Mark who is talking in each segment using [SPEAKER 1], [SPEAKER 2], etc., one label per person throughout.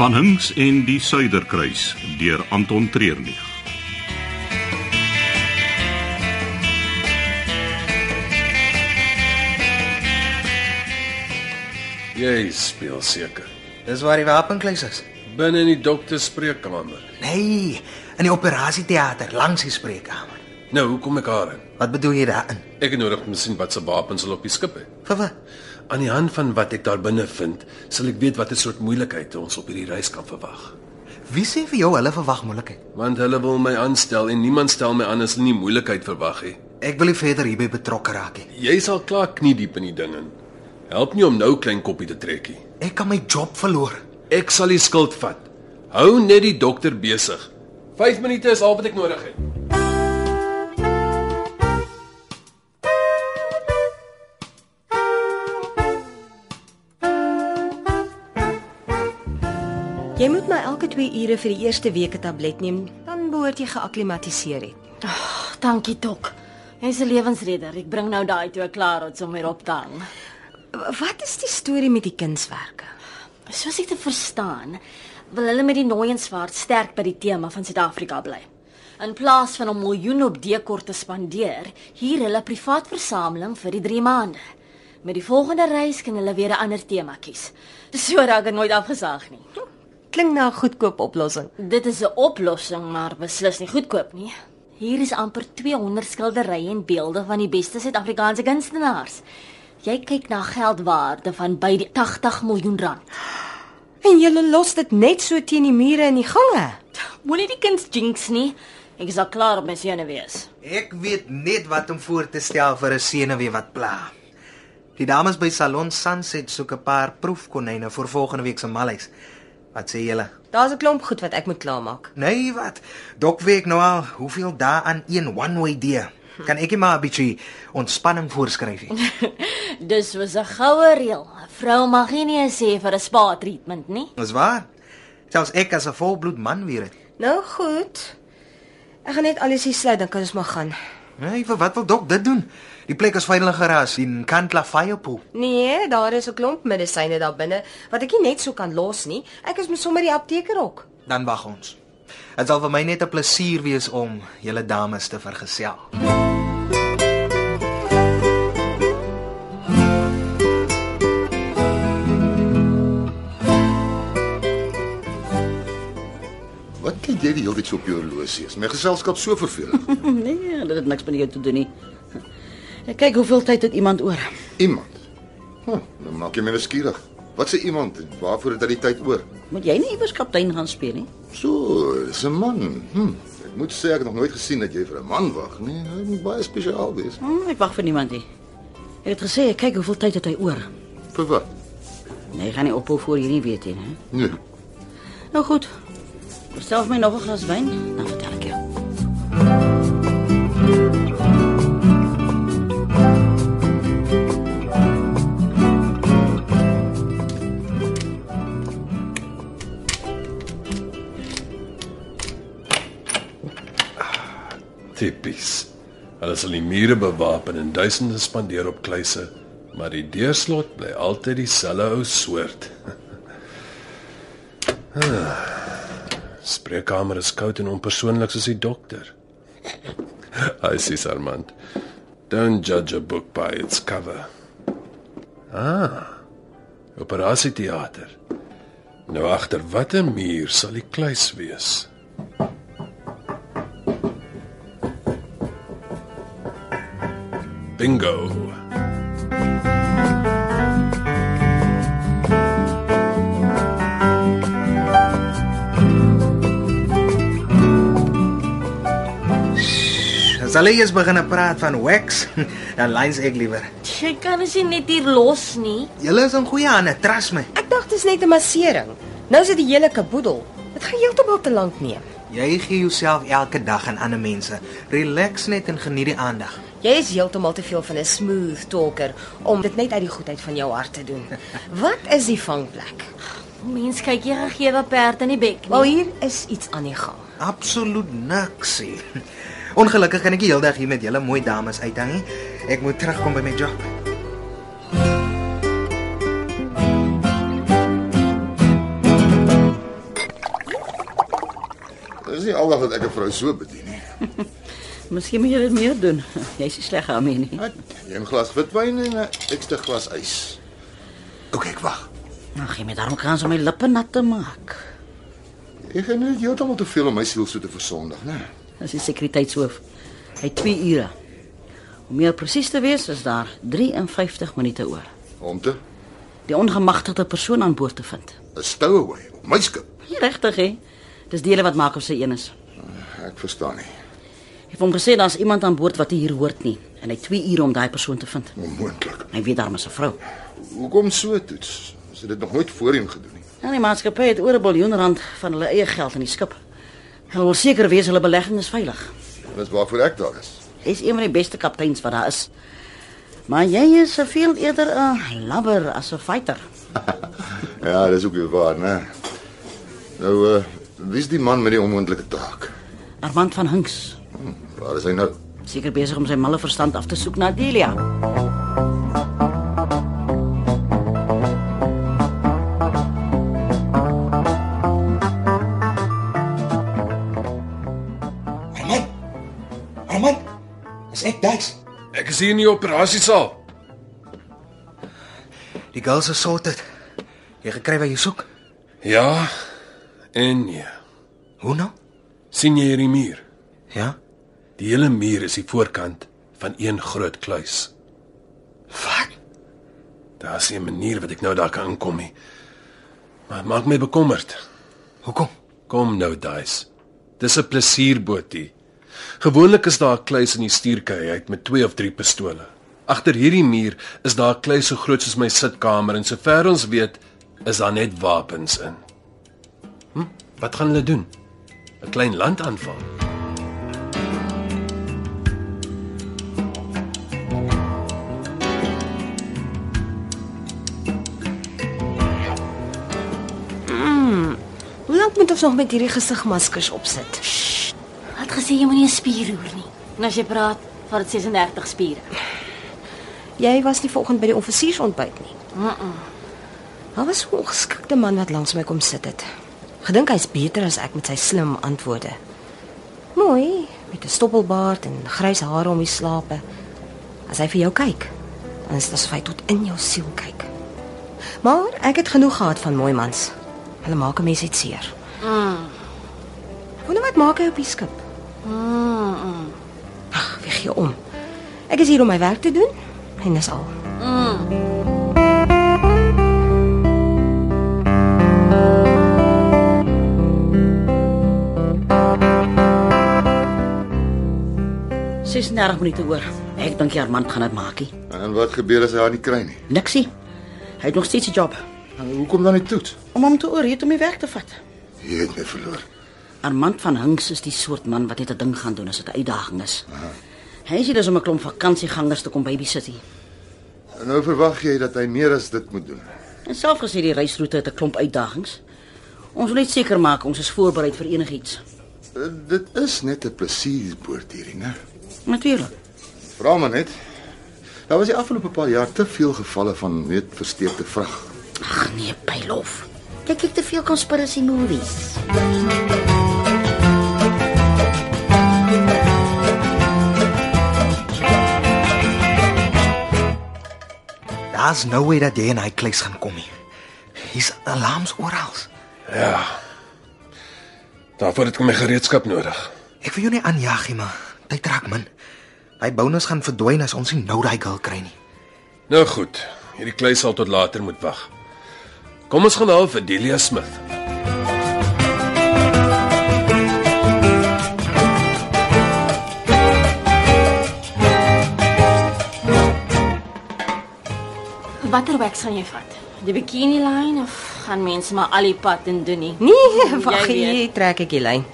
[SPEAKER 1] Van Hinks en die Suiderkruis deur Anton Treurnig.
[SPEAKER 2] Jy speel seker.
[SPEAKER 3] Dis waar die wapenkluis is.
[SPEAKER 2] Binne in die dokter spreekkamer.
[SPEAKER 3] Nee, in die operasieteater langs die spreekkamer.
[SPEAKER 2] Nou, hoe kom ek haar in?
[SPEAKER 3] Wat bedoel jy daarin?
[SPEAKER 2] Ek het nodig om te sien wat se wapens hulle op die skip het.
[SPEAKER 3] Vir wat?
[SPEAKER 2] Aan die hand van wat ek daar binne vind, sal ek weet watter soort moeilikheid ons op hierdie reis kan verwag.
[SPEAKER 3] Wie sê vir jou hulle verwag moeilikheid?
[SPEAKER 2] Want hulle wil my aanstel en niemand stel my aan as hulle nie moeilikheid verwag nie.
[SPEAKER 3] Ek wil nie verder hierby betrokke raak nie.
[SPEAKER 2] Jy sal klaar knie diep in die ding in. Help nie om nou klein koppie te trek nie.
[SPEAKER 3] Ek kan my job verloor.
[SPEAKER 2] Ek sal die skuld vat. Hou net die dokter besig. 5 minute is al wat ek nodig het.
[SPEAKER 4] Jy moet maar elke 2 ure vir die eerste week 'n tablet neem, dan behoort jy geaklimatiseer het.
[SPEAKER 5] Dankie Tok. Jy's 'n lewensredder. Ek bring nou daai toe klaar om hier op te hang.
[SPEAKER 4] Wat is die storie met die kunswerke?
[SPEAKER 5] Soos ek te verstaan, wil hulle met die Nooienswaard sterk by die tema van Suid-Afrika bly. In plaas van om miljoene op dekor te spandeer, hier hulle 'n privaat versameling vir die 3 maande. Met die volgende reis kan hulle weer 'n ander tema kies. So raak dit nooit afgesaag nie.
[SPEAKER 4] Klink na 'n goedkoop oplossing.
[SPEAKER 5] Dit is 'n oplossing, maar beslis nie goedkoop nie. Hier is amper 200 skilderye en beelde van die beste Suid-Afrikaanse kunstenaars. Jy kyk na geldwaarde van by die 80 miljoen rand.
[SPEAKER 4] En jy los dit net so teen die mure in die gange.
[SPEAKER 5] Moenie die kind jinx nie. Ek is al klaar om my seune wees.
[SPEAKER 3] Ek weet net wat om voor te stel vir 'n senuwee wat pla. Die dames by Salon Sunset soek 'n paar proefkonyne vir volgende week se mallies. Wat sê julle?
[SPEAKER 4] Daar's 'n klomp goed wat ek moet klaarmaak.
[SPEAKER 3] Nee, wat? Dok weet nou al hoeveel dae aan een one-way deer. Kan ek nie maar 'n bietjie ontspanning voorskryf nie?
[SPEAKER 5] Dis was 'n goue reël. 'n Vrou mag nie nee sê vir 'n spa treatment nie.
[SPEAKER 3] Dis waar. Selfs ek as 'n volbloed man weer het.
[SPEAKER 4] Nou goed. Ek gaan net alles hier sluit dan kan ons maar gaan.
[SPEAKER 3] Nee, vir wat wil dok dit doen? Die plek is veilig geraas in Kantla Firepool.
[SPEAKER 4] Nee, daar is 'n klomp medisyne daar binne wat ek nie net so kan los nie. Ek is mos sommer die apteker ook.
[SPEAKER 3] Dan wag ons. Dit sal vir my net 'n plesier wees om julle dames te vergesel.
[SPEAKER 6] Wat kyk jy die hele tyd so op jou horlosie? Is my geselskap so vervelend?
[SPEAKER 7] Nee, dit het niks met jou te doen nie. Ek kyk hoeveel tyd het iemand oor.
[SPEAKER 6] iemand. Hm, nou maak jy my nuuskierig. Wat sê iemand en waarvoor het hy die tyd oor?
[SPEAKER 7] Moet jy nie iewers kaptein gaan speel nie?
[SPEAKER 6] So, dis 'n man. Hm, ek moet sê ek het nog nooit gesien dat jy vir 'n man wag nie. Hy moet baie spesiaal wees.
[SPEAKER 7] Hm, ek wag vir niemand nie. Ek het gesê ek kyk hoeveel tyd het hy oor.
[SPEAKER 6] Vir wat?
[SPEAKER 7] Nee, gaan nie ophou voor jy nie weet nie, hè.
[SPEAKER 6] Nee.
[SPEAKER 7] Nou goed. Bestel vir my nog 'n glas wyn, dan vertel ek jou.
[SPEAKER 2] Tipies. Hulle sal die mure bewapen en duisende spandeer op kluise, maar die deurslot bly altyd dieselfde ou soort. Ah, Spreekkamer is koud en onpersoonlik soos die dokter. Hy sê Armand, don't judge a book by its cover. Ah. Operasieteater. Nou agter watter muur sal die kluis wees? Bingo.
[SPEAKER 3] As hulle eers begin praat van wax, dan lyns ek liewer.
[SPEAKER 5] Jy kan as jy net hier los nie.
[SPEAKER 3] Julle is in goeie hande, trust my.
[SPEAKER 4] Ek dacht dit is net 'n massering. Nou is dit die hele kaboedel. Dit gaan heeltemal te lank neem.
[SPEAKER 3] Jy gee jouself elke dag aan ander mense. Relax net en geniet die aandag.
[SPEAKER 4] Jy is heeltemal te veel van 'n smooth talker om dit net uit die goedheid van jou hart te doen. Wat is die vangplek?
[SPEAKER 5] Mense kyk jy gegee perd in die bek.
[SPEAKER 4] Wel
[SPEAKER 5] nie.
[SPEAKER 4] hier is iets aan die gang.
[SPEAKER 3] Absoluut niks. He. Ongelukkig kan ek nie heeldag hier met julle mooi dames uithang nie. Ek moet terugkom by my job.
[SPEAKER 6] Dis nie aldag dat ek 'n vrou so bedien nie.
[SPEAKER 7] Miskien moet jy dit meer doen. Jy's nie sleg daarmee nie.
[SPEAKER 6] Wat? Een glas witwyn en 'n ekstra glas ys. OK, ek wag.
[SPEAKER 7] Nou gee my daarom kans om my lippe nat te maak.
[SPEAKER 6] Ek geniet heeltemal te veel om my siel so te versondig, né?
[SPEAKER 7] Dis die sekuriteitshoof. Hy het 2 ure. Om meer presies te wees, is daar 53 minute oor.
[SPEAKER 6] Om te
[SPEAKER 7] Die ongemagtigde persoon aan boord te vind.
[SPEAKER 6] 'n stowaway op my skip.
[SPEAKER 7] Nie regtig hè? Dis die hele wat maak of sy een is.
[SPEAKER 6] Ek verstaan nie.
[SPEAKER 7] Hy het hom gesê daar's iemand aan boord wat nie hier hoort nie en hy het 2 ure om daai persoon te vind.
[SPEAKER 6] Onmoontlik.
[SPEAKER 7] Hy weet daarmee 'n vrou.
[SPEAKER 6] Hoekom so toets? Ons het dit nog nooit voorheen gedoen nie.
[SPEAKER 7] En Nou, die maatskappy het oor 'n biljoen rand van hulle eie geld in die skip. Hulle wil seker wees hulle belegging is veilig.
[SPEAKER 6] En dis waarvoor ek daar is.
[SPEAKER 7] Hy is een van die beste kapteins wat daar is. Maar jy is veel eerder 'n labber as 'n fighter.
[SPEAKER 6] Ja, dis ook weer waar, né? Nou, uh, wie is die man met die onmoontlike taak?
[SPEAKER 7] Armand van Hinks,
[SPEAKER 6] Waar is hy nou?
[SPEAKER 7] seker besig om sy malle verstand af te soek na Delia.
[SPEAKER 8] Armand. Armand. Is ek Dax?
[SPEAKER 2] Ek is hier in die operasiesaal.
[SPEAKER 3] Die girls is sorted. Jy gekry wat jy soek?
[SPEAKER 2] Ja en nee.
[SPEAKER 3] Hoe nou?
[SPEAKER 2] sien jy hierdie muur?
[SPEAKER 3] Ja.
[SPEAKER 2] Die hele muur is die voorkant van een groot kluis.
[SPEAKER 3] Wat?
[SPEAKER 2] Daar's nie 'n manier wat ek nou daar kan inkom nie. Maar het maak my bekommerd.
[SPEAKER 3] Hoekom?
[SPEAKER 2] Kom nou, Dice. Dis 'n plesierbootie. Gewoonlik is daar 'n kluis in die stuurkry uit met 2 of 3 pistole. Agter hierdie muur is daar 'n kluis so groot soos my sitkamer en sover ons weet, is daar net wapens in. Hm? Wat gaan hulle doen? 'n Klein land aanval.
[SPEAKER 4] Hoe lank moet ons nog met hierdie gesigmaskers opsit?
[SPEAKER 5] Wat gesê jy moenie 'n spier roer nie. En as jy praat, vat dit 36 spiere.
[SPEAKER 4] Jy was nie vanoggend by die offisiersontbyt nie. Mm. Daar was so 'n ongeskikte man wat langs my kom sit het. Gedink hy's beter as ek met sy slim antwoorde. Mooi, met 'n stoppelbaard en grys hare om die slape. As hy vir jou kyk, dan is dit asof hy tot in jou siel kyk. Maar ek het genoeg gehad van mooi mans. Hulle maak 'n mens iets seer. Mm. Wonder wat maak hy op die skip? Ag, wie gee om? Ek is hier om my werk te doen en dis al.
[SPEAKER 7] Sy's 30 minute oor. Ek dink die Armand gaan dit maak. nie.
[SPEAKER 6] En wat gebeur as hy haar nie kry nie?
[SPEAKER 7] Niksie. Hy het nog steeds 'n job
[SPEAKER 6] Nou, hoekom dan nie toets?
[SPEAKER 7] om hom te oorreed om die werk te vat.
[SPEAKER 6] Jy het my verloor.
[SPEAKER 7] Armand van Hinks is die soort man wat net 'n ding gaan doen as dit 'n uitdaging is. Hy is hier dus om 'n klomp vakansiegangers te kom babysit. hier.
[SPEAKER 6] En nou verwag jy dat hy meer as dit moet doen.
[SPEAKER 7] En self gesê die reisroete het 'n klomp uitdagings. Ons wil net seker maak ons is voorberei vir enigiets.
[SPEAKER 6] Uh, dit is net 'n plesierboord hierdie, né?
[SPEAKER 7] Natuurlik.
[SPEAKER 6] Vra maar net. Daar was die afgelope paar jaar te veel gevalle van weet versteekte vrag.
[SPEAKER 7] Ag nee, Pylof. Kyk ek te veel conspiracy movies.
[SPEAKER 3] Daar's no way dat jy in hy kluis gaan kom nie. Hier's alarms oral.
[SPEAKER 2] Ja. Daarvoor het ek my gereedskap nodig.
[SPEAKER 3] Ek wil jou nie aanjag nie, maar tyd raak min. My bonus gaan verdwyn as ons nie nou daai girl kry nie.
[SPEAKER 2] Nou goed, hierdie klei sal tot later moet wag. Kom ons gaan haal vir Delia Smith.
[SPEAKER 5] Watter wax gaan jy vat? Die bikini lyn of gaan mense maar al die pad en doen nie?
[SPEAKER 4] Nee, wag,
[SPEAKER 5] Jy weet.
[SPEAKER 4] hier trek ek die lyn.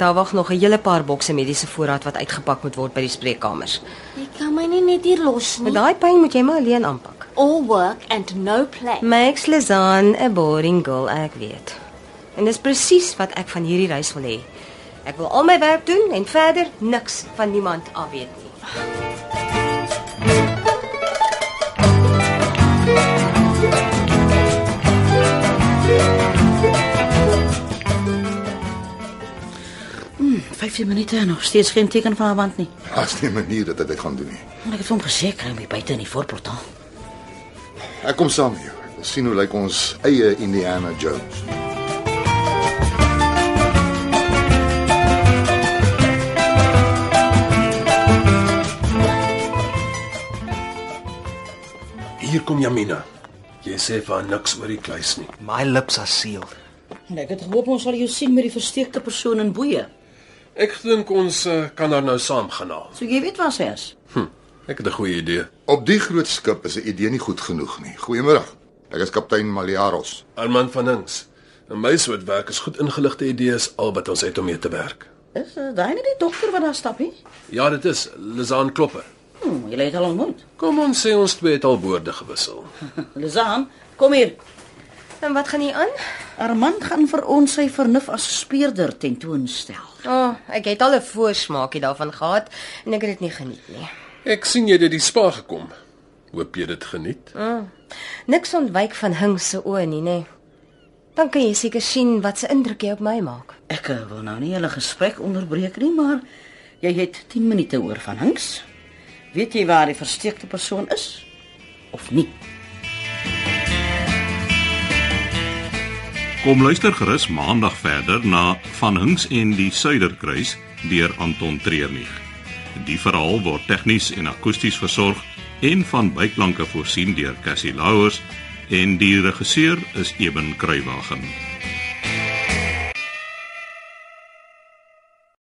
[SPEAKER 4] Daar wag nog 'n hele paar bokse mediese voorraad wat uitgepak moet word by die spreekkamers.
[SPEAKER 5] Jy kan my nie net hier los
[SPEAKER 4] Met
[SPEAKER 5] nie.
[SPEAKER 4] daai pyn moet jy maar alleen aanpak.
[SPEAKER 5] All work and no play.
[SPEAKER 4] Max Lazan, 'n boring girl, ek weet. En dis presies wat ek van hierdie reis wil hê. Ek wil al my werk doen en verder niks van niemand af weet nie.
[SPEAKER 7] 15 minute en nog steeds geen teken van haar wand nie.
[SPEAKER 6] Daar's nie 'n manier dat hy dit gaan doen nie.
[SPEAKER 7] Maar ek het vir hom gesê kry hom hier buite in die voorportaal.
[SPEAKER 6] Ek kom saam met jou. Ek wil sien hoe lyk ons eie Indiana Jones.
[SPEAKER 2] Hier kom Jamina. Jy sê vir haar niks oor die kluis nie.
[SPEAKER 3] My lips are sealed.
[SPEAKER 7] En Nou, ek het gehoop ons sal jou sien met die versteekte persoon in boeie.
[SPEAKER 2] Ek dink ons uh, kan haar nou saam gaan haal.
[SPEAKER 7] So jy weet waar sy is.
[SPEAKER 2] Hm, ek het 'n goeie idee.
[SPEAKER 6] Op die groot skip is 'n idee nie goed genoeg nie. Goeiemôre. Ek is kaptein Maliaros.
[SPEAKER 2] Armand van Hinks. 'n Mens wat werk is goed ingeligte idees al wat ons het om mee te werk.
[SPEAKER 7] Is uh, daai nie die dokter wat daar stap nie?
[SPEAKER 2] Ja, dit is Lizaan Klopper.
[SPEAKER 7] Hm, jy het al ontmoet.
[SPEAKER 2] Kom ons sê ons twee het al woorde gewissel.
[SPEAKER 7] Lizaan, kom hier.
[SPEAKER 4] En wat gaan jy aan?
[SPEAKER 7] Armand gaan vir ons sy vernuf as speurder tentoonstel.
[SPEAKER 4] O, oh, ek het al 'n voorsmaakie daarvan gehad en ek het dit nie geniet nie.
[SPEAKER 2] Ek sien jy het die spa gekom. Hoop jy dit geniet.
[SPEAKER 4] Niks ontwyk van Hing se oë nie, nê. Dan kan jy seker sien wat se indruk jy op my maak.
[SPEAKER 7] Ek eh, wil nou nie julle gesprek onderbreek nie, maar jy het 10 minute oor van Hinks. Weet jy waar die versteekte persoon is of nie?
[SPEAKER 1] Kom luister gerus maandag verder na Van Hinks en die Suiderkruis deur Anton Treurnig. Die verhaal word tegnies en akoesties versorg en van byklanke voorsien deur Cassie Lauers en die regisseur is Eben Kruiwagen.